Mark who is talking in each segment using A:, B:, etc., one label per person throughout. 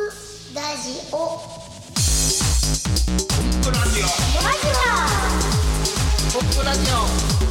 A: ラジオ
B: ポップラジオ
A: ラジ
B: ポップラジオ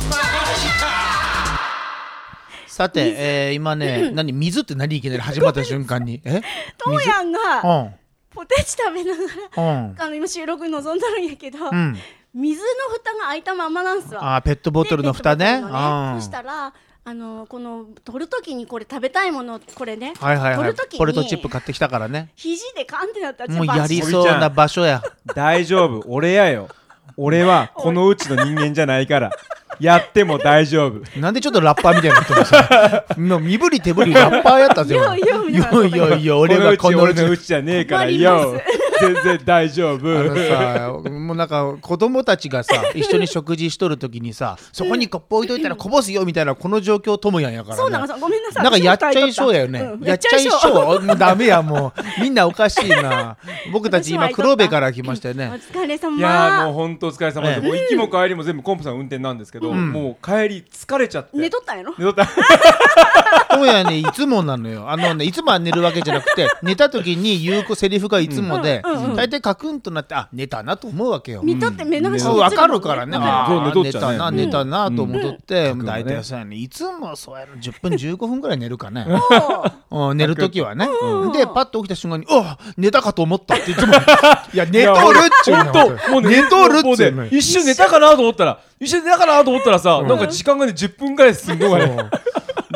C: さて、えー、今ね、何、水って何いきなり始まった瞬間 に。え
D: ともやん
C: う
D: が
C: ん。
D: ポテチ食べなが
C: うん。
D: らあの今収録臨んだんやけど、
C: うん。
D: 水の蓋が開いたままなんすわ
C: あー、ペットボトルの蓋ね。
D: ペッ
C: うん。
D: トボトルのねそしたらあのこの取るときにこれ食べたいものこれね、
C: はいはいは
D: 取
C: い
D: るとき。に
C: ポルトチップ買ってきたからね。
D: 肘でカンってなったら
C: もうやり
D: バシッ
C: そうな場所や。
E: 大丈夫俺やよ俺はこのうちの人間じゃないからやっても大丈夫
C: なんでちょっとラッパーみたいになってます もう身振り手振りラッパーやったぜ。
D: い やいや
C: 俺
D: み たいなこと
C: いやいや、俺はこ
E: こ
C: の
E: の
C: う
E: うち俺のう
C: ち。
E: ちじゃねえから
D: 困ります
E: よ全然大丈夫
C: あのさもうなんか子供たちが さ一緒に食事しとるときにさそこにコップ置いといたらこぼすよみたいなこの状況ともやんやから、ね、
D: そうなのさごめんなさい
C: なんかやっちゃいそうやよね。
D: うん
C: やっちゃいそう。もうダメや、もう。みんなおかしいな。僕たち今、
D: 私は
C: 黒部から来ましたよ
D: お
C: ね。
D: 疲れ様
E: いやーもう本当お疲れ様で
C: え
E: す、
C: え
E: もう行きも帰りも全部コンプさん運転なんですけど、
C: ん
E: もう帰り疲れちゃって
D: 寝とったんやろ
E: 寝とった
C: ともやね、いつもなのよ。あのね、いつもは寝るわけじゃなくて、寝た時に言う子セリフがいつもで、大体カクンとなって、あ、寝たなと思うわけよ。
D: 見とって目の端に映
C: そう
D: もんね
C: 分かるからね、
D: うん
C: あー
E: そ
C: 寝
E: う寝とっちゃ
C: た
E: ね
C: な、
E: うん
C: 寝たなと思っとって、
E: うん
C: 大体そうやね、いつもそうやの、10分、15分ぐらい寝るかね、うん寝るときはね、で、パッと起きた瞬間に、あ寝たかと思ったってい つも、いや、寝とるっちゅうの
E: 本当もうね
C: 寝とるっちゅう
E: も
C: の
E: うね。一瞬寝たかなと思ったら一瞬寝たかなと思ったらさ、なんか時間がね10分ぐらいすんのがね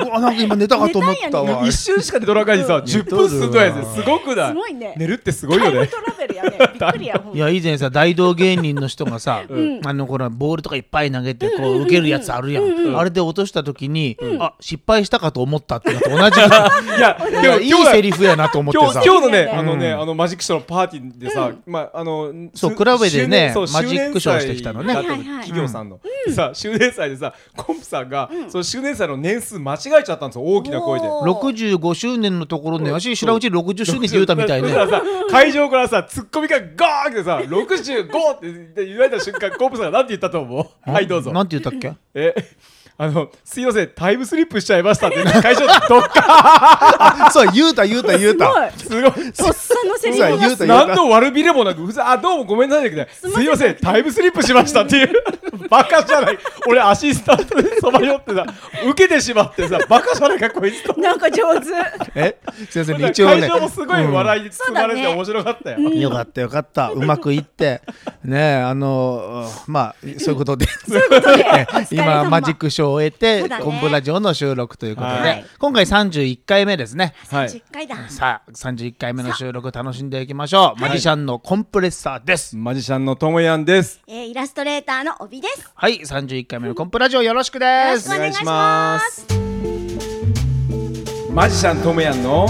C: うわなんか今寝たかと思ったわ。
E: 一瞬しか寝とらんかいに
C: ん
E: さ10分すんのやつすごくない
D: すごいね
E: 寝るってすごい
D: タ
E: よ
D: イム
E: ね
D: トラベルやねびっくりやほん
C: いや以前さ大道芸人の人がさ、
D: うん
C: あのこのボールとかいっぱい投げてこう受けるやつあるやん、あれで落とした時に、あ失敗したかと思ったってのと同じぐらい
E: いや
C: いやいい
E: 今日は
C: セリフやなと思って
E: 今
C: さ
E: 日今日のね、
D: うん
E: あのね、あのマジックショーのパーティーでさ、まああの
C: そう
E: す
C: クラブでね
E: 周年そう
C: マジックショーしてきたのね
E: 周年祭だ
D: はいはいは
E: った
D: い
E: 企業さんの、さ周年祭でさコンプさんが、その周年祭の年数間違えちゃったんですよ大きな声で。
D: おー
C: 65周年のところね私白うち60周年って言うたみたいね
E: そしたらさ会場からさツッコミがガーンってさ65って言われた瞬間コンプさんがなんて言ったと思うはいどうぞ
C: なんて言ったっけ
E: えあのすいませんタイムスリップしちゃいましたって言って会場どっか
C: あ そう言うた言うた言う
D: すごい
C: た
E: すごい
D: とっさのセリフ
C: そう言うた
D: が
C: 言うた
E: 何の悪びれもなく、ふざあ、どうもごめんなさいだけど、すいません、タイムスリップしましたっていう、 バカじゃない、俺、アシスタントでそばよってさ、受けてしまってさ、バカじゃないか、こいつと。
D: なんか上手
C: えすいませんね
E: 会
C: 一応ね
E: 場もすごい笑いに包まれ
D: うん
E: て面白かったよ。
C: よかったよかったうまくいってねえあのまあそういうことで え今マジックショーを終え
D: そ
C: て、
D: うだね
C: コンプラジオの収録ということで、
E: はい
C: 今回31回目ですね
E: はい
D: 10回だ
C: さあ31回目の収録楽しんでいきましょうマジシャンのコンプレッサーです
E: マジシャンのともやんです。
D: えーイラストレーターの帯です
C: はい31回目のコンプラジオよろしくです
D: よろしくお願いします
E: マジシャンともやんの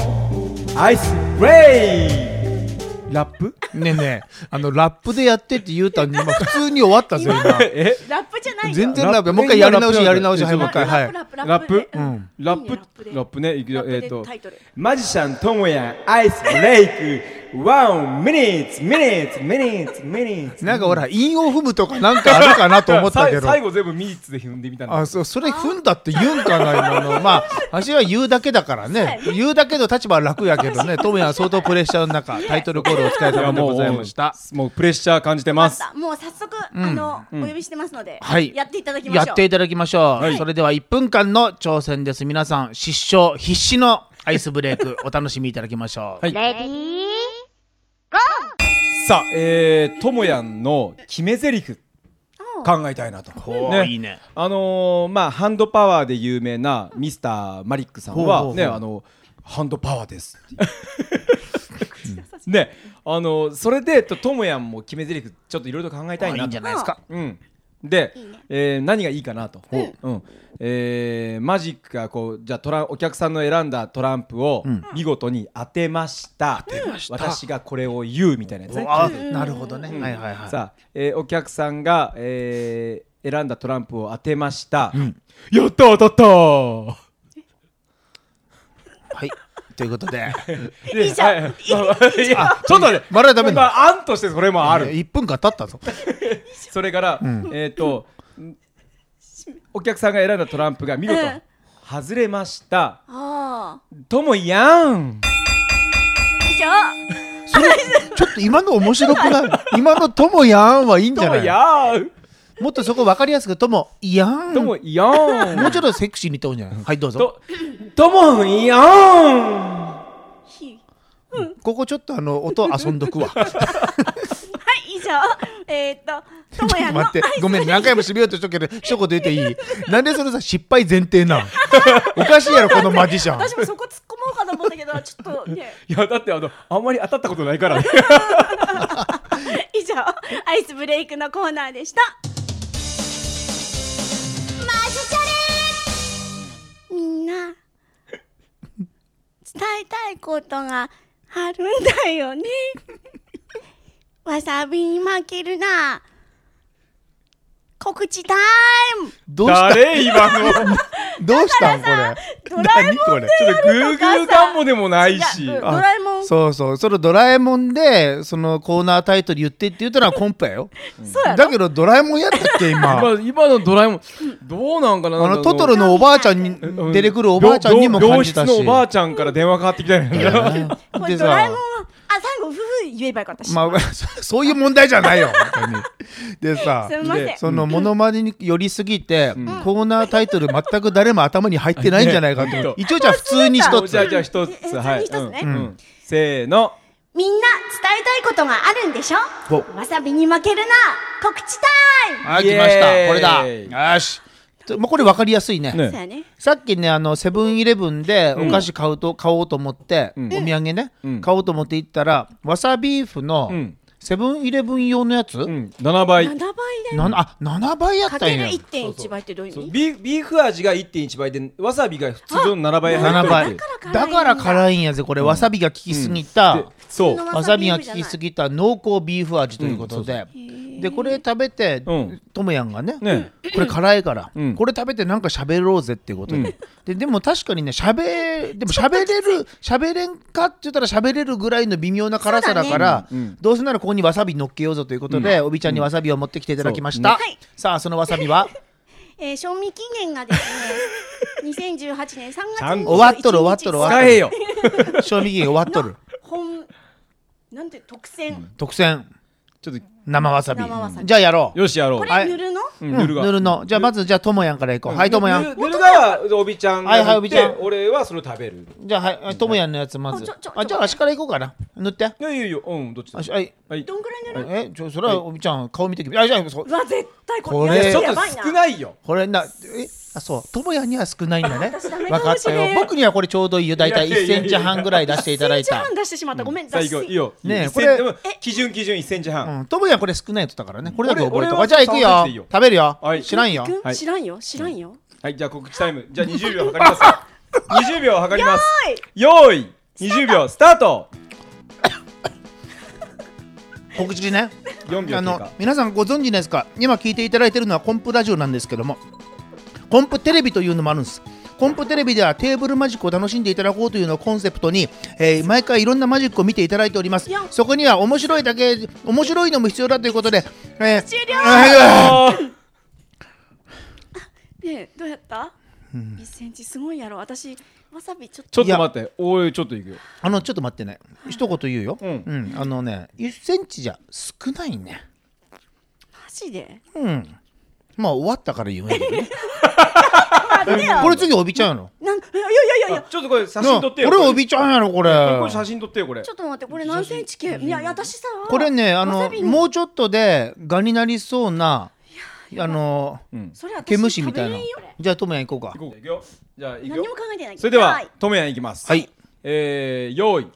E: アイスブレイラップ
C: ねえねえあのラップでやってって言うたんに今普通に終わったぞ今
E: え
D: ラップじゃないよ
C: 全然
E: ラ
C: ラ
E: ッ
C: ッ
E: プ
C: プもう一回やり直しやり直し
E: ラ
C: は
E: ッ
C: い
E: プ
C: もう一回はい
D: ラップ
E: ラップ
D: ラップうん
E: ラップ
D: いいね
E: ラップね、いくよ
D: ラップで
E: えっと
D: タイトル、
E: マジシャンともやんアイスブレイク、ワン、ミニッツ、ミニッツ、ミニッツ、ミニッツ。
C: なんかほら韻を踏むとかなんかあるかな と思ったけ
E: さい
C: ど
E: 最後全部ミニッツで踏んでみたんだ
C: あそうそれ踏んだって言うんかな今のまあ私は言うだけだからね言うだけの立場は楽やけど ねトムヤは相当プレッシャーの中タイトルコールお疲れ
E: いや
C: 様で
E: もう
C: ございました
E: もうプレッシャー感じて
D: ま
E: ます。
D: たもう早速、あの、お呼びしてますので、
C: はい
D: やっていただきましょ
C: や
D: う。
C: っていただきましょう、それでは1分間の挑戦です皆さん失笑必至のアイスブレイクお楽しみいただきましょう、
E: はい
A: オレディー
E: さあ、えー、ともやんの決め台詞考えたいなと。
C: ほういいね
E: あのーまあハンドパワーで有名なミスターマリックさん
C: ほうほ
E: は
C: う
E: ね
C: ほう
E: あのハンドパワーです。 ねあのーそれでとともやんも決め台詞ちょっといろいろ考えたい
C: あ
E: ないと
C: いんじゃないですか
E: うん、で
D: いいね
E: えー何がいいかなと、うんえーマジックがこうじゃあトランお客さんの選んだトランプを見事に当てました,、私がこれを言うみたいなやつね。
C: あなるほどね、はいはいはい
E: さあ、えーお客さんが、えー選んだトランプを当てました、やった当たった
C: はいということで
E: いいじゃん、はいいやちょっと待って
C: まだダメ
E: ま
C: だ
E: あ案としてそれもある
C: 1分間経ったぞ
E: それから、えっ、とお客さんが選んだトランプが見事
D: うん
E: 外れました
D: ああ、
E: ともやん
D: 以上。
C: それちょっと今の面白くない今の「ともやん」はいいんじ
E: と
C: ゃ
E: も
C: ない
E: やー
C: もっとそこ分かりやすく「ともやん」
E: と
C: も
E: もや
C: う
E: ーん
C: ちょっとセクシーに言った方がいいんじゃないはいどうぞ
E: とともやーん
D: ひ
C: ここちょっとあの音遊んどくわちょっ
D: はい以上えー、っとともや
C: と
D: の
C: 待ってごめん何回も締めようとしとくけど一言言っていいなんでそれさ失敗前提なんおかしいやろこのマジシャン
D: 私もそこ突っ込もうかと思ったけどちょっとね
E: いやだってあのあんまり当たったことないからね
D: 以上アイスブレイクのコーナーでしたマジチャレみん な伝えたいことがあるんだよ ねわさびに負けるな告知タイム
C: どうした
E: 今のちょっ
C: どうしたんこれ
D: ドラえもん
C: 何これ
E: とグーグー感もでもないし
D: 違う
C: あ
D: ドラえもん
C: そうそうそのドラえもんでそのコーナータイトル言ってって言ったのはコンパよ
D: そうやろ
C: だけどドラえもんやったっけ 今
E: 今今のドラえもんどうなんかな
C: あ
E: なん
C: の
E: か
C: トトロのおばあちゃんに
E: うん
C: 出てくるおばあちゃんにも
E: 病
C: 感じた
E: 病
C: し
E: 室のおばあちゃんから電話かかってきたよね
D: こ
C: ね
D: れ
C: で
D: ドラえもん
C: さ
D: はあ最後夫婦言えばよかったし、
C: まあ そういう問題じゃないよ本当にでさ
D: すみません
E: で
C: そのモノマネに寄りすぎて、コーナータイトル全く誰も頭に入ってないんじゃないかと思う
E: ね
C: 一応じゃあ普通に一つ
E: じゃあじゃあ一
D: ええ
E: つはい
D: 一つね
E: うんうんせーの
D: みんな伝えたいことがあるんでしょ
C: ほ
D: わさびに負けるな告知タイム
C: あ来ました
E: イエーイ
C: これだよしともうこれ分かりやすいね
E: ね
D: そうやね
C: さっきねあのセブンイレブンでお菓子買うと、買おうと思って、
E: ん
C: お土産ね、
E: うん
C: 買おうと思って行ったらわさビーフの
E: うん
C: セブンイレブン用のやつ、
E: うん7倍
D: 7倍だよ
C: なあ7倍やっ
D: か
C: たん
D: ける
C: や
D: 1.1倍ってどういう意
E: そう
D: 味
E: ビービーフ味が1.1倍でわさびが普通の7倍入
C: 7
E: って
C: 倍
E: る
C: だ
D: だ
C: か
D: からら辛いんだ
C: 辛いんやぜこれ、わさびが効きすぎた、
E: でそ
D: 普通
E: う
D: の
C: わさびが効きすぎた濃厚ビーフ味ということで、でこれ食べて、
E: うん
C: ともやんがね
E: ね
C: これ辛いから、
E: うん
C: これ食べてなんか喋ろうぜっていうことで,、
E: うん
C: ででも確かにね喋でも喋れる喋れんかって言ったら喋れるぐらいの微妙な辛さだから
E: そうだねうん
C: どうせならここにわさび乗っけようぞということで、おびちゃんにわさびを持ってきていただきました、
D: そうはい
C: さあそのわさび は
D: えー賞味期限が ですね2018年3月
E: ゃ
D: 21日
E: んと
C: 終わっとる終わっとる終わっ
E: 使えよ
C: 賞味期限終わっとる
D: 本なんて特選
C: 特選
E: ちょっ
C: 生わさび
D: 生わさび
C: じゃあやろ
E: と
C: う
E: よしやろう
D: こ
C: は
D: れ
C: い
D: 塗るの
E: うん
C: うんぬるのじゃあまずじゃあともやんからいこう、はいともやん
E: ぬるがおびちゃん
C: はいはいおびちゃん
E: で俺はそれを食べる
C: じゃあはいともやんのやつまず
D: あちょちょ
C: あじゃあ足からいこうかな塗って
E: いやいやいやうんどっちだ
C: 足はい
E: はい
D: どんぐらい塗る
C: えちょそれはおびちゃん顔見てきてあじゃあそう
D: うわ絶対
C: こ
D: こ
C: れ
D: れ
E: ち
D: や
E: ょっ
D: や
E: と
D: ばいな
E: 少ないよ
C: これなえあそう智也には少ないんだね
D: 私ダメ
C: 分かった
D: かもしれ
C: よ
D: ん
C: 僕にはこれちょうどいいよ大体
E: いやい
C: 1
E: やいや
C: センチ半ぐらい出していただい
D: 1セン
C: た
D: チ半出してしまったごめん
E: 最
D: 出
E: 後いい
D: し
E: よ
C: ねえ
E: 一セン
C: これ
E: でも基準基準1センチ半
C: うん智也これ少ないやつだからねこれだけ覚えとこ
E: 俺
C: うじゃあ行く
E: 俺は触っていい
C: よ
E: よ
C: 食べるよ
E: はい
C: 知らんよ
D: くん
E: はい
D: 知らんよ知らんよ
E: はいじゃあ告知タイムじゃあ20秒測りますよ20秒測ります
D: はい
E: よーい20秒スタート
C: 告知ね
E: 4秒
C: あ
E: 経
C: の
E: 過
C: 皆さんご存知ですか今聞いていただいてるのはコンプラジオなんですけどもコンプテレビというのもあるんですコンプテレビではテーブルマジックを楽しんでいただこうというのをコンセプトに、えー毎回いろんなマジックを見ていただいております
D: や
C: そこには面白いだけ面白いのも必要だということで、えー
D: 終了
E: あー
D: ねえどうやった1センチすごいやろ私わさびちょっと
E: ちょっと待っておいちょっといくよ
C: あのちょっと待ってね一言言うよ、う
E: うんん
C: あのね1センチじゃ少ないね
D: マジで
C: うんまあ終わったから言うんやけど ね
D: あれよ
C: これ次おびちゃんやろ
D: なんいやいやいやいや
E: あちょっとこれ写真撮ってよ
C: これおびちゃんやろこれ
E: これ写真撮ってよこれ
D: ちょっと待ってこれ何センチ系いやいや私さ
C: これねあ
D: わさ
C: の
D: び
C: もうちょっとで蛾になりそうなあの
E: うん
D: それ私
C: 毛虫みたいな
D: 食べれんよこれ
C: じゃあともやん行こうか
E: 行こういくよじゃあいく
D: 何
E: よ
D: にも考えてない
E: それでは
D: はい
E: ともやんいきます
C: はい
E: えーよーい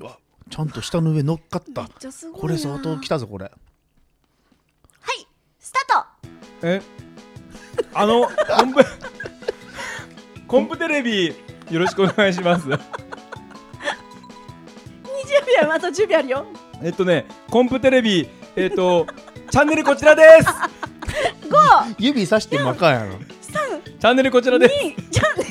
E: う
C: わちゃんと下の上乗っかっ
D: め
C: た
D: っちゃすごいな
C: これ相当きたぞこれ
D: はいスタート
E: えあのコンプ コンプテレビよろしくお願いします
D: 20秒また10秒あるよ
E: えっとねコンプテレビえっと チャンネルこちらです
C: 指さしてまかんやろ
E: チャンネルこちらです
D: じゃあね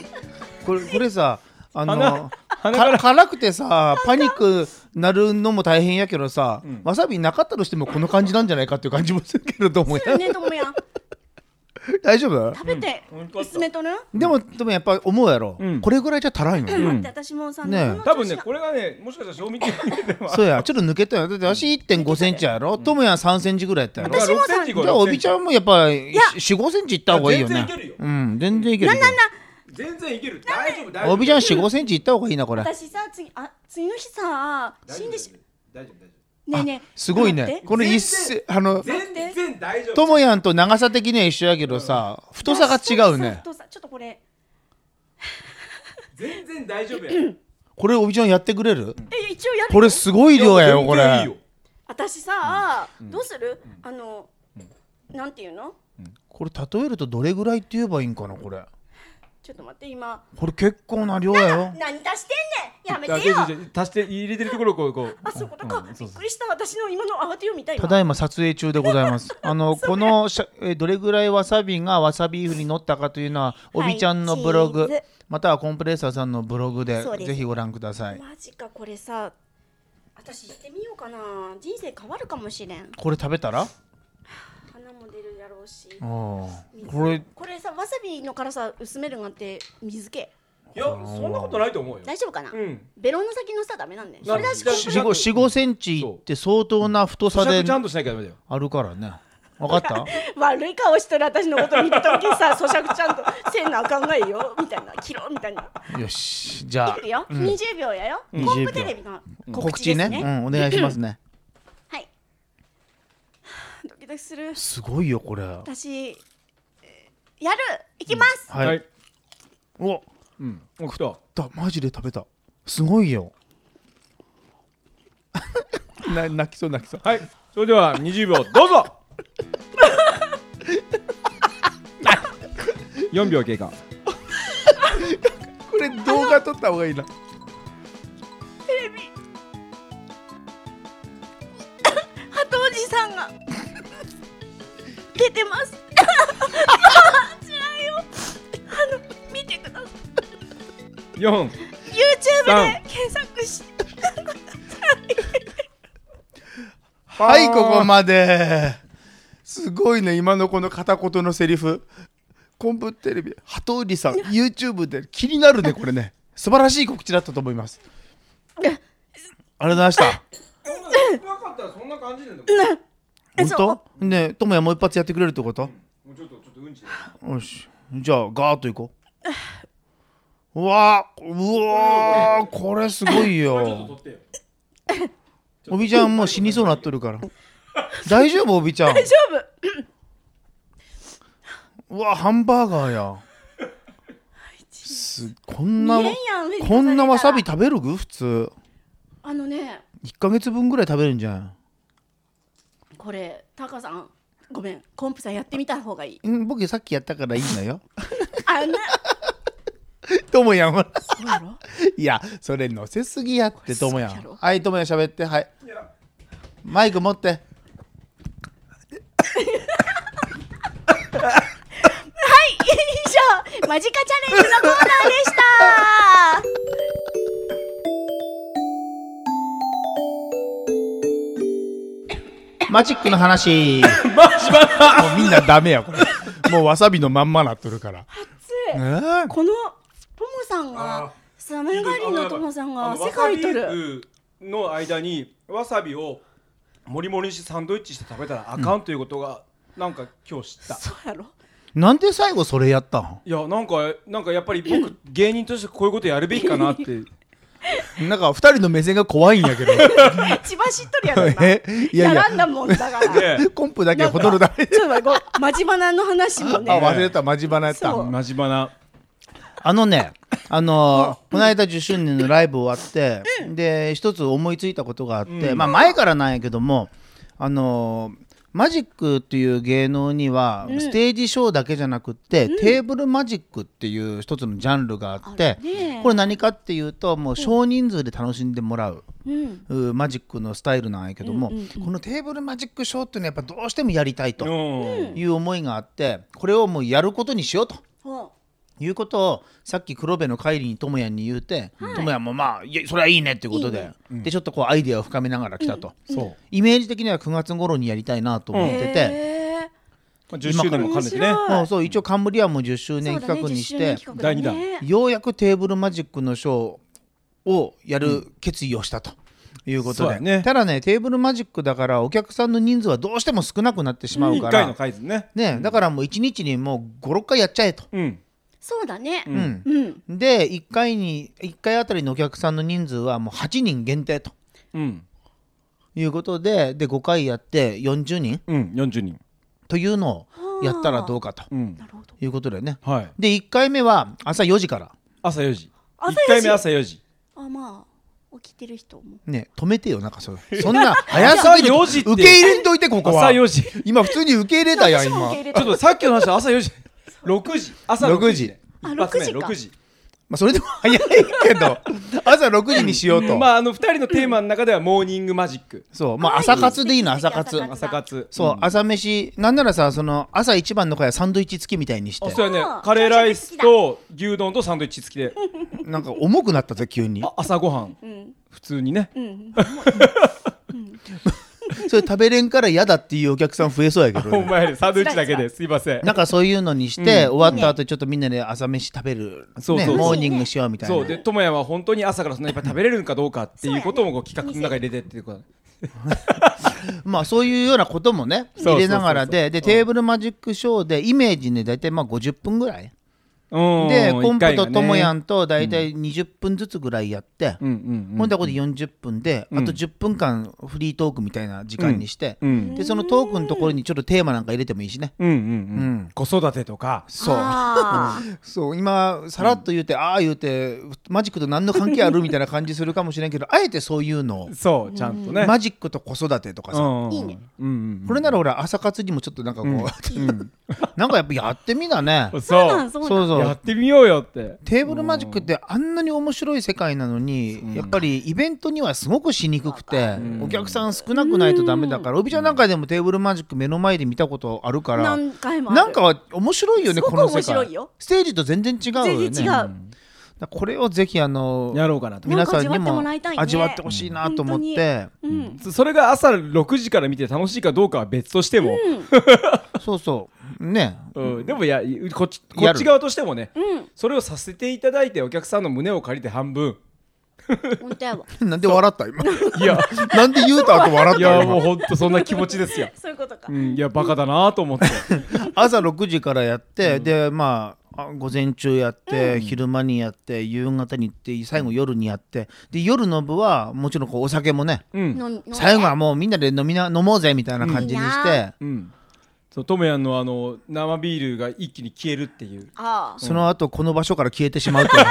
C: これこれさあの
E: 鼻鼻か
C: から辛くてさパニックなるのも大変やけどさ、
E: ん
C: わさびなかったとしてもこの感じなんじゃないかっていう感じもするけれどもや
D: ねともやん
C: 大丈夫
D: 食べて
E: うん
D: 進めとる、
C: でもでもやっぱ思うやろ、
E: うん
C: これぐらいじゃ足らんよ、
D: うん待って私もさ、
C: ねえ
D: この
E: 多分ね
D: 調子
E: これがねもしかしたら賞味期限では
C: そうやちょっと抜けたよだって私1.5センチやろともや3センチぐらいやったやろ
D: 私も
E: 6センチ
C: じ
E: 超え
C: ゃあおびちゃんもやっぱ
D: や
C: 45センチいった方がいいよね
E: いや全然いけるよ
C: うん全然いける
D: ななな
E: 全然いける大丈夫大丈夫
C: おびちゃん45センチいった方がいいなこれ
D: 私さ次あ次の日さ死んでし
E: 大丈夫大丈
D: ねえねえ
C: すごい
D: 待っ
C: ね
D: て
C: これ一
E: 全
C: せあの
E: 夫全然大丈
C: と
E: 夫
C: もやんと長さ的には一緒やけどさ太さが違うね
D: 太さちょっとこれ
E: 全然大丈夫や
C: これおびちゃんやってくれる
D: え一応やる
C: これすごい量やよこ
E: 全然い
C: れ
E: いよ
D: 私さ、どうする、あの、なんていうの
C: これ例えるとどれぐらいって言えばいいんかなこれ
D: ちょっと待って今
C: これ結構な量やよ
D: 何足してんねんやめ
E: あ
D: て
E: 違う
D: よ
E: 違う違う足して入れてるところをこうこう
D: あそういうことか、
E: うんそ
D: び
E: う
D: っ
E: そう
D: くりした私の今の慌てを見たい
C: ただいま撮影中でございます あのこのしゃえどれぐらいわさびがわさビーフに乗ったかというのはおびちゃんのブロ
D: は
C: グ
D: いチーズ
C: またはコンプレッサーさんのブログで
D: そうです
C: ぜひご覧ください
D: マジかこれさ私行ってみようかな人生変わるかもしれん
C: これ食べたら
D: 花も出るやろうし
C: こ
D: 水
C: れ
D: これさわさびの辛さ薄めるなんて水気
E: いやそんなことないと思うよ
D: 大丈夫かな、
E: うん
D: ベロの先の下ダメなんだよ
E: な
D: それだし
E: だし
C: 45センチって相当な太さ
E: 咀
C: で
E: 嚼ちゃんとしなきゃダメだよ
C: あるからね分かった
D: 悪い顔してる私のこと見た時 さ咀嚼ちゃんとせんなあかんがいよみたいな切ろうみたいな
C: よしじゃ
D: いくよ、
C: うん
D: 20秒やよ、
C: うん
D: コンプテレビの
C: あ
D: 告知ですね
C: うんお願いしますね
D: はいドキドキする
C: すごいよこれは
D: 私えーやるいきます、
C: いお
E: うんお来た
C: だマジで食べたすごいよ な泣きそう泣きそう
E: はいそれでは20秒どうぞ 4秒経過
C: これ動画撮った方がいいな
D: テレビ鳩おじ さんが出てます知らんよあの見てください
E: 4
D: YouTube で検索し
C: はいここまですごいね今のこの片言のセリフコンプテレビ鳩売りさん YouTube で気になるねこれね素晴らしい告知だったと思いますありがとうございまし
E: なかったらそんな感じなんだ
D: え
C: た本当ねえともやもう一発やってくれるってこと
E: もうちょっとちょっとうんち
C: よしじゃあガーッといこううわーうわーこれすごい よ
E: ってよ
C: おびちゃんもう死にそうなっとる から大丈夫おびちゃん
D: 大丈夫
C: うわハンバーガーやすこんな
D: 見えんやん藤田さん
C: こんなわさび食べるぐ普通
D: あのね
C: 1ヶ月分ぐらい食べるんじゃん
D: これタカさんごめんコンプさんやってみた方がいい
C: うん僕さっきやったからいいの よ
D: あんな
C: ともやんは
D: そうやろ
C: いやそれ乗せすぎやってともや
D: そうやろ
C: んはいともやん喋ってはいマイク持って
D: 以上マジカチャレンジのコーナーでした
C: マジックの 話もうみんなダメやこれもうわさびのまんまなっとる から
D: つい
C: え
D: このトモさん
E: あー
D: がサメ狩りのトモさんが世界と
E: あの
D: る
E: ワサビの間にわさびをもりもりにしてサンドイッチして食べたらあかんということがなんか今日知った
D: そうやろ
C: なんで最後それやったん
E: いやなんかなんかやっぱり僕芸人としてこういうことやるべきかなって
C: なんか二人の目線が怖いんや けど
D: 千葉知っとるやろ 今
C: えいやいや
D: やらんだもんだから
E: で
C: コンプだけほとるだ
D: ちょ
C: け
D: っと待ってごマジバナの話も
C: あ
D: ね
C: 忘れたマジバナやった
D: そう
E: 真面目な
C: あのね、あのーこの間10周年のライブ終わって、で一つ思いついたことがあって、まあ前からなんやけども、あのーマジックっていう芸能には、ステージショーだけじゃなくって、テーブルマジックっていう一つのジャンルがあって
D: あるね
C: これ何かっていうともう少人数で楽しんでもらう。
D: うん
C: うーマジックのスタイルなんやけども、
D: うんうん
C: このテーブルマジックショーっていうのはやっぱどうしてもやりたいと
E: うん
C: いう思いがあってこれをもうやることにしようと
D: ほ
C: いうことをさっき黒部の帰りに智也に言うて智也、もまあいやそれはいいねってことででちょっとこうアイデアを深めながら来たと、
E: そう
C: イメージ的には9月頃にやりたいなと
D: う
C: 思ってて、
D: へー
E: まあ、10周年も兼ねてね
D: 面白い
C: うん、そう一応カンブリアンも10周年企画にして、
D: そうだね
E: 第二
C: ようやくテーブルマジックのショーをやる決意をしたと。いうこと
E: そう
C: で
E: だね
C: ただねテーブルマジックだからお客さんの人数はどうしても少なくなってしまうか
E: 1回
C: ら
E: の、回ですね
C: ね、だからもう1日にもう56回やっちゃえと、
E: うん
D: そうだね。
C: うん
D: うん。
C: で1回に1回あたりのお客さんの人数はもう8人限定と
E: うん
C: いうことでで5回やって40人
E: うん40人
C: というのをやったらどうかと
E: うん
D: なるほど。
C: いうことでね
E: はい
C: で1回目は朝4時から、
E: 朝4時
D: 朝4
E: 1回目朝4時
D: あ、まあ、起きてる人も。
C: ね、止めてよなんかそれそんな早すぎる
E: 朝4時って
C: 受け入れんといてここは
E: 朝4時ち
C: 今普通に受け入れたやん
D: 私も
C: 今
D: 受け、入れ
E: ょ
D: た
E: っとさっきの話は朝4時6時朝6時で
D: あ
E: 一発
D: 6
E: 目
D: 時か
E: 6時
C: まあ、それでも早いけ ど朝6時にしようと、
E: まああの2人のテーマの中ではモーニングマジック
C: そうまあ朝活でいいの朝活
D: 朝活
E: 朝活
C: そう
E: あ
C: 朝飯なんならさその朝一番の会はサンドイッチ付きみたいにして
E: そうや
D: あ
E: ね
D: ー
E: カレーライスと牛丼とサンドイッチ付きで
C: なんか重くなったぜ急に
E: あ朝ごはん
D: うん。
E: 普通にね
D: うん。
C: それ食べれんから嫌だっていうお客さん増えそうやけどね、
E: ほんまやねサンドイッチだけですいません
C: なんかそういうのにして、
E: うん
C: 終わった後ちょっとみんなで朝飯食べる、
E: そう
C: ね、
E: そう
C: モーニングしようみたいな
E: そうで智也は本当に朝からそんなにいっぱい食べれるのかどうかっていうこともこう企画の中に入れてっていうこと
C: まあそういうようなこともね
E: そうそうそうそう
C: 入れながらででテーブルマジックショーでイメージね大体まあ50分ぐらい
E: うん
C: で
E: うん
C: コンプと
E: 一回がね
C: ともやんと大体20分ずつぐらいやって
E: うんうんうん
C: ほんでここで40分で
E: うん
C: あと10分間フリートークみたいな時間にして
E: うん
C: でそのトークのところにちょっとテーマなんか入れてもいいしね
E: うんうん
C: う
E: うん
C: ん
E: 子育てとか
C: そう
D: あー
C: そう今さらっと言うてああ言うてマジックと何の関係あるみたいな感じするかもしれんけどあえてそういうのを
E: そうちゃんとね
C: マジックと子育てとかさ
E: うんうん
D: いいね
E: うんうん
C: これなら俺朝活にもちょっとなんかこ
E: うん
C: う
E: うん
C: なんかやっぱやってみなね
D: そう
E: そ
D: な、
E: うん
C: そ
D: そううな
C: そう
D: ん。
E: やってみようよって
C: テーブルマジックってあんなに面白い世界なのに、やっぱりイベントにはすごくしにくくて、
E: ん
C: お客さん少なくないとダメだから、帯ちゃんなんかでもテーブルマジック目の前で見たことあるから
D: 何回もある。
C: なんか面白いよね
D: すご
C: こ
D: く
C: の世
D: 面白
C: 界
D: いよ
C: ステージと全然違うよね
D: 全然違
C: だか
D: う。
C: らこれをぜひあの
E: やろうかなと
C: 皆さんに
D: なんか
C: も
D: 味わってもらいたいね
C: 味わってほしいなと思って、
D: うん。
E: そそれが朝6時から見て楽しいかどうかは別としても
C: そうそうね
E: うんでもやこっちこ
C: や
E: っ
C: る
E: ち側としてもね
D: うん。
E: それをさせていただいてお客さんの胸を借りて半分
D: 本当やわ。
C: なんで笑った今
E: いや
C: なんで言うた後笑っ
E: い
C: た
E: や
C: 今
E: もうほんとそんな気持ち ですよ
D: そういうことか
E: う。んいやバカだなと思 って
C: 朝6時からやって、でまああ午前中やって、昼間にやって夕方に行って最後夜にやってで夜の部はもちろんこうお酒もね
E: うん
D: のの
C: 最後はもうみんなで飲みな飲もうぜみたいな感じにし
D: うんいい
C: て、
E: うんそうトムヤンのあの生ビールが一気に消えるっていう
D: ああ。
C: その後この場所から消えてしまうという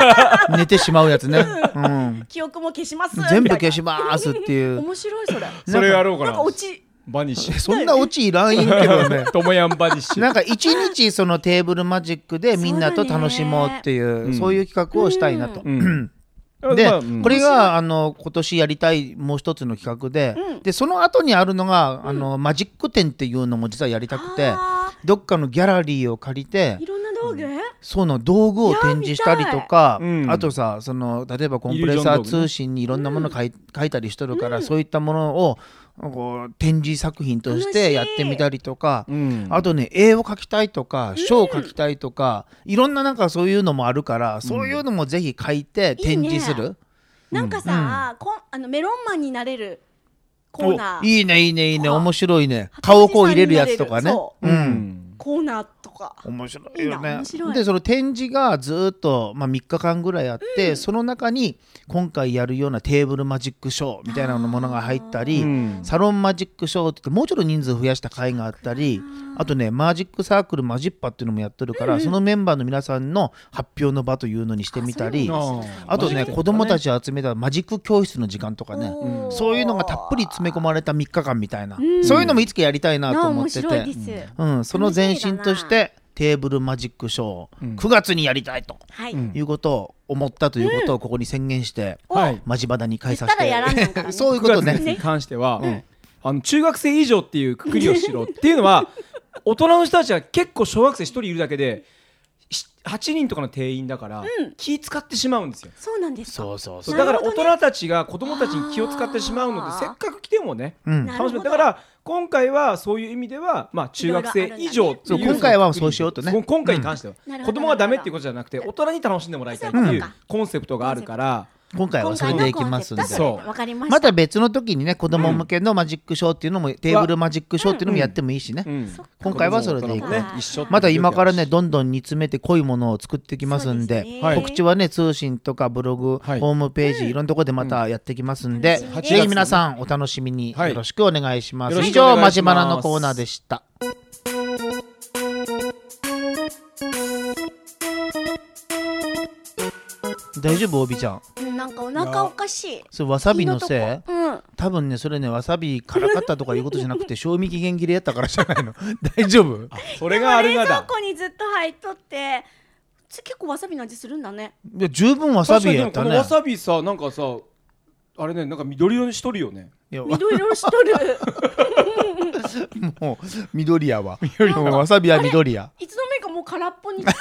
C: 寝てしまうやつね、うん、
D: 記憶も消します。
C: 全部
D: みたいな
C: 消しますっていう
D: 面白いそれ。
E: それやろうか
D: なん
E: な
D: か落ち。
E: バニッシュ
C: そんなオチいらんけどね
E: トモヤンバニッシュ
C: なんか一日そのテーブルマジックでみんなと楽しもうっていうそう
E: ね
C: いう企画をしたいなと。
E: うん
C: で、
E: まあうん
C: これがあの今年やりたいもう一つの企画で、でその後にあるのが、あのマジック展っていうのも実はやりたくて
D: あ
C: どっかのギャラリーを借りて
D: いろんな道具。
C: その道具を展示したりとか、
E: いや見たいうん
C: あとさその例えばコンプレッサー通信にいろんなもの書い,、書いたりしてるから、そういったものをこう展示作品としてやってみたりとか。
E: うん
C: あとね絵を描きたいとか書を描きたいとか、いろんななんかそういうのもあるから、そういうのもぜひ書いて
D: いい
C: 展
D: ね
C: 示する
D: なんかさ、こんあのメロンマンになれるコーナ
C: お
D: ー。
C: いいねいいねいいね
D: ほら
C: 面白いね顔をこう入れるやつとかね
D: そううんコーナーとか。
C: 面白いよ
D: いい
C: ね
D: な面白い
C: でその展示がずっと、まあ、3日間ぐらいあって、その中に今回やるようなテーブルマジックショーみたいなものが入ったり、
E: うん
C: サロンマジックショーって言ってもうちょっと人数増やした会があったりあとねマジックサークルマジッパっていうのもやってるから、そのメンバーの皆さんの発表の場というのにしてみたり
E: あ
C: あ
E: ー
C: とね子供たちを集めたマジック教室の時間とかね、
D: おー
C: そういうのがたっぷり詰め込まれた3日間みたいな、そういうのもいつかやりたいなと
D: な
C: 思っ
D: 面
C: て
D: 白
C: て
D: い、です。
C: うん、その前身としてテーブルマジックショー9月にやりたいと
D: はい。
C: いうことを思ったということをここに宣言して、
E: はい
C: マジバダに返させて
D: 言ったらやらんのかな
C: そういう
E: 9
C: こと
E: 月
C: ね
E: に関しては、あの中学生以上っていうくくりをしろっていうのは 大人の人たちは結構小学生1人いるだけでし8人とかの定員だから、気使ってしまうんですよ
D: そうなんですか。
C: そうそうそう
E: だから
D: なる
E: 大
D: ほど
E: 人たちが子供たちに気を使ってしまうので、せっかく来て面をね、
C: うん
D: なる
E: 楽し
D: ほど
E: めだから今回はそういう意味では、まあ、中学
D: いろいろあるんだ
E: 生
D: ね
E: 以上って
C: そ
E: いう
C: う今回はそうしようとね
E: そう今回に関しては、
D: うんなるほ
E: 子
D: ど
E: 供がダメっていうことじゃなくて大人に楽しんでもらいたいって
D: そう
E: い
D: いう
E: う
D: ことか
E: コンセプトがあるから
C: 今回はそれでいきますんで
D: 今回のコンセプトは
E: そう
D: それわかりました。
C: また別の時にね子供向けのマジックショーっていうのもテーブルマジックショーっていうのもやってもいいしね、
E: うん
D: そっか
C: 今回はそれでいこう
E: 子供も大人もね一緒っていう
C: また今からねどんどん煮詰めて濃いものを作ってきますんで
D: そうですね
E: はい
C: 告知はね通信とかブログ、
E: はい
C: ホームページ、いろんなとこでまたやってきますんで、
D: うん
E: 楽しみです
C: ぜひ皆さんお楽しみに
E: はい
C: よろしくお願いします、
E: よろ
C: 以
E: しくお願い
C: 上
E: します
C: マジマラのコーナーでした大丈夫おびちゃん
D: うんなんかお腹おかしい。
C: それわさびのせい
D: 胃とこうん。
C: 多分ねそれねわさびからかったとかいうことじゃなくて賞味期限切れやったからじゃないの大丈夫
E: それがあるが
D: 冷蔵
E: だ
D: 庫にずっと入っとって、つ結構わさびの味するんだ ね。
C: いや十分わさ
E: 確か
C: び
E: にで
C: や
E: も
C: っ
E: こ
C: た
E: の
C: ね
E: わさびさなんかさあれねなんか緑色にしとるよね
C: いやわ
D: 緑色しとる。
C: もう緑やわもうわさびは緑や
D: いつの間にかもう空っぽに近い。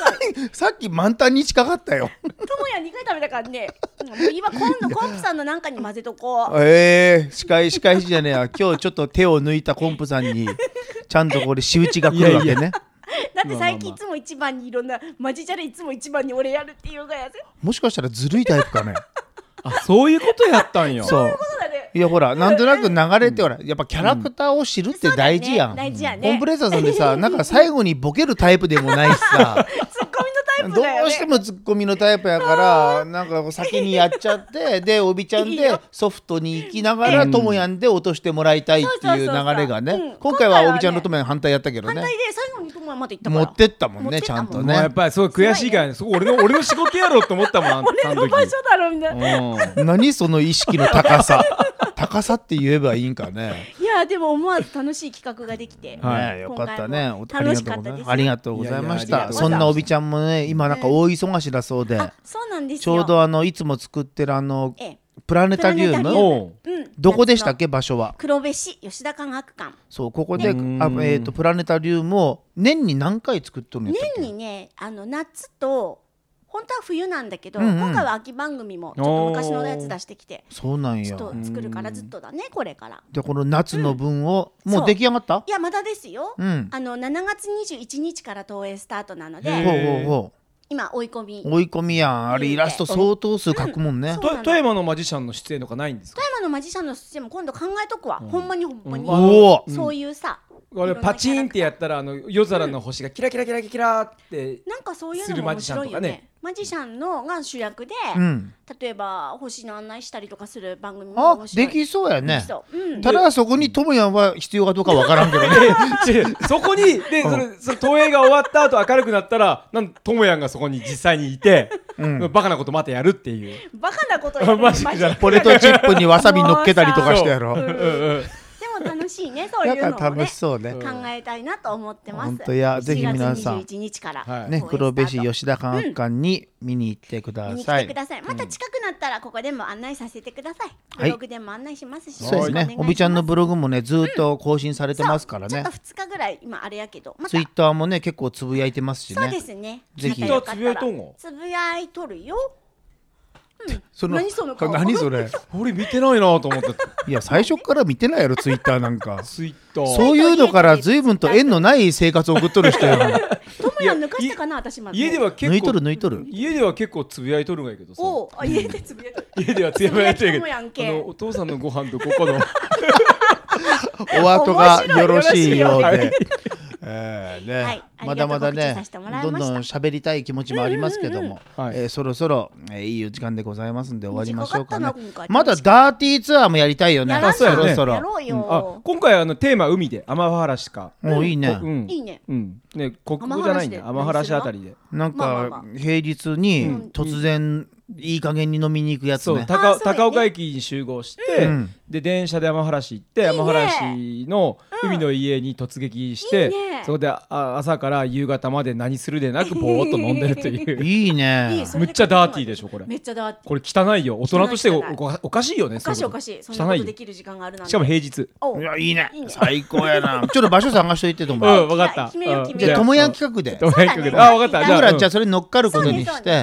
C: さっき満タンに近かったよ
D: ともや2回食べたからね。もう今今度コンプさんのなんかに混ぜとこう。
C: ええー、司会司会じゃねえや今日ちょっと手を抜いたコンプさんにちゃんとこれ仕打ちが来るわけね
D: だって最近いつも一番にいろんなマジチャレいつも一番に俺やるっていうのがやぜ。
C: もしかしたらずるいタイプ かね
E: あ そういうことやったんよ
C: そう
D: そうだね。
C: いやほらなんとなく流れてほらやっぱキャラクターを知るって大事やん、
D: そうだよね大事やね
C: コンプレッサーさんでさなんか最後にボケるタイプでもないしさ
D: ツッコミのタイプ
C: ど
D: だよね。
C: うしてもツッコミのタイプや からなんか先にやっちゃってでおびちゃん
D: いい
C: で
D: よ
C: ソフトに行きながらともやんで落としてもらいたいっていう流れが
D: そうそうそうそうう
C: ね
D: ん
C: 今回はおびちゃんのともやん反対やったけど
D: 反
C: ね
D: 対で最後にともやまで行ったか
C: 持
D: ら。
C: ってったもん
D: 持
C: ね
D: って
C: ち
D: った
C: ゃ
D: もん
C: んと
E: もうやっ
C: ね
E: ぱりすごい悔しいからねそこ俺の俺の仕事やろうと思ったもんあん
D: 俺
E: あ
D: の
E: の
D: 場
E: 時
D: 所だろみたいな。
E: うん
C: 何その意識の高さ 高さって言えばいいんかね
D: いやでも思わず楽しい企画ができて。
C: ねよかったね
D: 今
C: お
D: 回も楽しかったです。
C: ありがとうございまし
E: いやいやあ
C: た
E: りがとうございました
C: そんなおびちゃんもね今なんか大忙しだそうで
D: あそうなんですよ。
C: ちょうどあのいつも作ってるあの
D: ええ
C: プラネタリウ
D: プラネ
C: ム
D: タリウム
E: おう
D: うん
C: どこでしたっけ場所は
D: 黒部市吉田科学館
C: そうここで、
E: うん
C: あえー、とプラネタリウムを年に何回作っとるんやったっけ
D: 年にねあの夏と本当は冬なんだけど、
C: うんうん
D: 今回は秋番組もちょっと昔のやつ出してきて
C: そうなん
D: ちょ
C: や
D: っと作るからずっとだねこれから
C: でこの夏の分を、
D: うん
C: も
D: そうう
C: 出来上がった
D: いやまだですよ、
C: うん
D: あの7月21日から投影スタートなの
E: へ
C: ほう
E: え
D: で
C: ほうほ
D: 今追い込み
C: う追い込みやんあれイラスト相当数書くもんね、
D: そう
E: と富山のマジシャンの出演とかないんですか
D: 富山のマジシャンのシステム今度考えとくわ、ほんまにほんまに、
E: うん
C: おお
D: そういうさ、
E: あれパチンってやったらあの夜空の星がキラキラキラキラって
D: なんかそういうのも面白いよねマジシャンのが主役で、
C: うん
D: 例えば星の案内したりとかする番組も
C: あ
D: 面白い
C: できそうや
D: で
C: ね
D: きそう、うん、
C: ただそこにトムヤンは必要かどうかわからんけどね
E: 違う そこにでそれそれ投影が終わった後明るくなったらなんともやんがそこに実際にいて、
C: ん
E: バカなことまたやるっていう
D: バカなこと や
E: マジじゃなく
C: ポテトチップにわさび乗っけたりとかしてやろ
D: う
E: うんん
D: で
E: うん
D: も楽し いねそうい
C: だ
D: うの
C: から
D: もね
C: 楽しそうね、
D: 考えたいなと思ってます
C: ほんといやぜひ皆さん
D: 1月21日から、
E: はい
C: ね
D: 公演
C: 黒部市
D: スタート
C: 吉田科学館に見に行ってく
D: 見
C: だ
D: に
C: さ
D: 来
C: い、
D: てくださいまた近くなったらここでも案内させてください、
C: はい
D: ブログでも案内しますし
C: そうです
D: よろし
C: ねお
D: く願い
C: び
D: します
C: ちゃんのブログもねずーっと更新されてますから
D: そ
C: ね
D: うちょっと2日ぐらい今あれやけどま
C: ツ
D: た
C: イッターもね結構つぶやいてますし
D: そうで
C: ね
D: すね
C: ぜひ
D: またよかったら
E: ツイッターつぶやいとんの
D: つぶやいとるよ
C: そ
D: 何その顔
C: 何それ
E: うん俺見てないなと思った
C: いや最初から見てないやろツイッターなん か
E: ツイッター
C: そういうのから随分と縁のない生活を送っとる 人やな
D: ともや抜かしたかな私まで
E: 家では結構
C: 抜いとる抜いと る
E: 家では結構つぶやいとるんやけどさ
D: おうあ家でつぶやいとる
E: 家ではつぶやいとる
D: つ
E: ん
D: ぶやいとん
E: やけ
D: もやんけ
E: どあのお父さんのご飯とここの
C: お後がよろしいよう
E: 面白いよろし
C: で
E: いよ。
C: えーね
D: はい
C: まだまだ
D: ありがと
C: ね
D: う告知させてもらい
C: どん
D: ました
C: どん喋りたい気持ちもありますけども、
E: うんうんうん
C: えーそろそろ、えーいいお時間でございますんで終わりましょうかね
D: 短かったな今回
C: まだダーティーツアーもやりたいよね
D: やらない
C: そろそ
D: や
C: ろ、
D: ろう
E: あ
D: よ
E: 今回あのテーマ海で天原市か
C: もういいね、
E: うん
D: いいね
E: うんね国語じゃないんだ天
D: 天
E: 原
D: 原
E: 市
D: 市
E: あ
D: で
E: たりで
C: なん
D: まあまあ
C: か
D: ま
C: 平日に突然いい加減に飲みに行くやつ
E: そう
C: ね。
E: 高
D: あそうだよね
E: 高岡駅に集合して、
C: うん
E: で電車で天原市行って天原市の海の家に突撃して
D: いいね
E: そこであ朝から夕方まで何するでなくぼーっと飲んでるという
C: いい
D: い
C: ね
D: い。それ
E: む
D: で
E: っちゃダーティーでしょこれ
D: めっちゃだって
E: これ汚いよ大人としてお
D: 汚い
E: おおかしいよね
D: おかしい
E: そう
D: お
E: いうこ
D: か
E: と
D: しいそんなこと
E: 汚い
D: できる時間があるなんて
E: しかも平日
D: お
C: いやいいね
D: いいね
C: 最高や な。ちょっと場所探しといてと
E: う
C: 思う。
E: ん分かった
D: 決めよう
E: うん
D: 決め
C: じゃあ
D: よう
C: ともやん企画で。
E: ともやん企
D: そ
E: 画
D: うだね
E: であ分かった
C: 僕ら
E: うん
C: じゃあそれに乗っかることに
D: そう
C: し
D: ね
C: て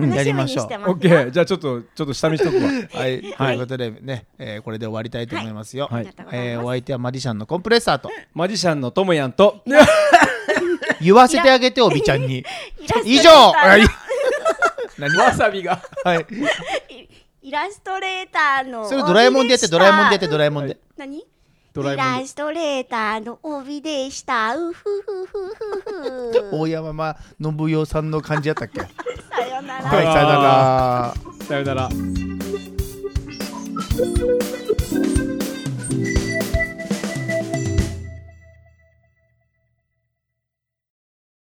C: ん
D: 楽しみにして
E: オ
D: ま
E: ッ
D: す
E: ケ
D: よ。
E: ーじゃあちょっとちょっと下見しとく わ
C: はい、ということでね、えーこれで終わりたいと思いますよ。
E: はい
D: ありがとうございます
C: えーお相手はマディシャンのコンプレッサーと
E: マジシャンのともや んと
C: 言わせてあげておびちゃんに。
D: イラストレ
C: 以上。
D: ーター
C: はい。
E: わさびが
C: はい
D: イラストレーターの
C: そ
D: 帯でした。
C: れドラえもんでやってドラえもんでやってドラえもんで。
D: 何？
E: ドラえもんで
D: イラストレーターの帯でした。うふふふふふ。
C: 大山信代さんの感じやったっけ。はい、
D: さよなら
C: さ。よなら。
E: さよなら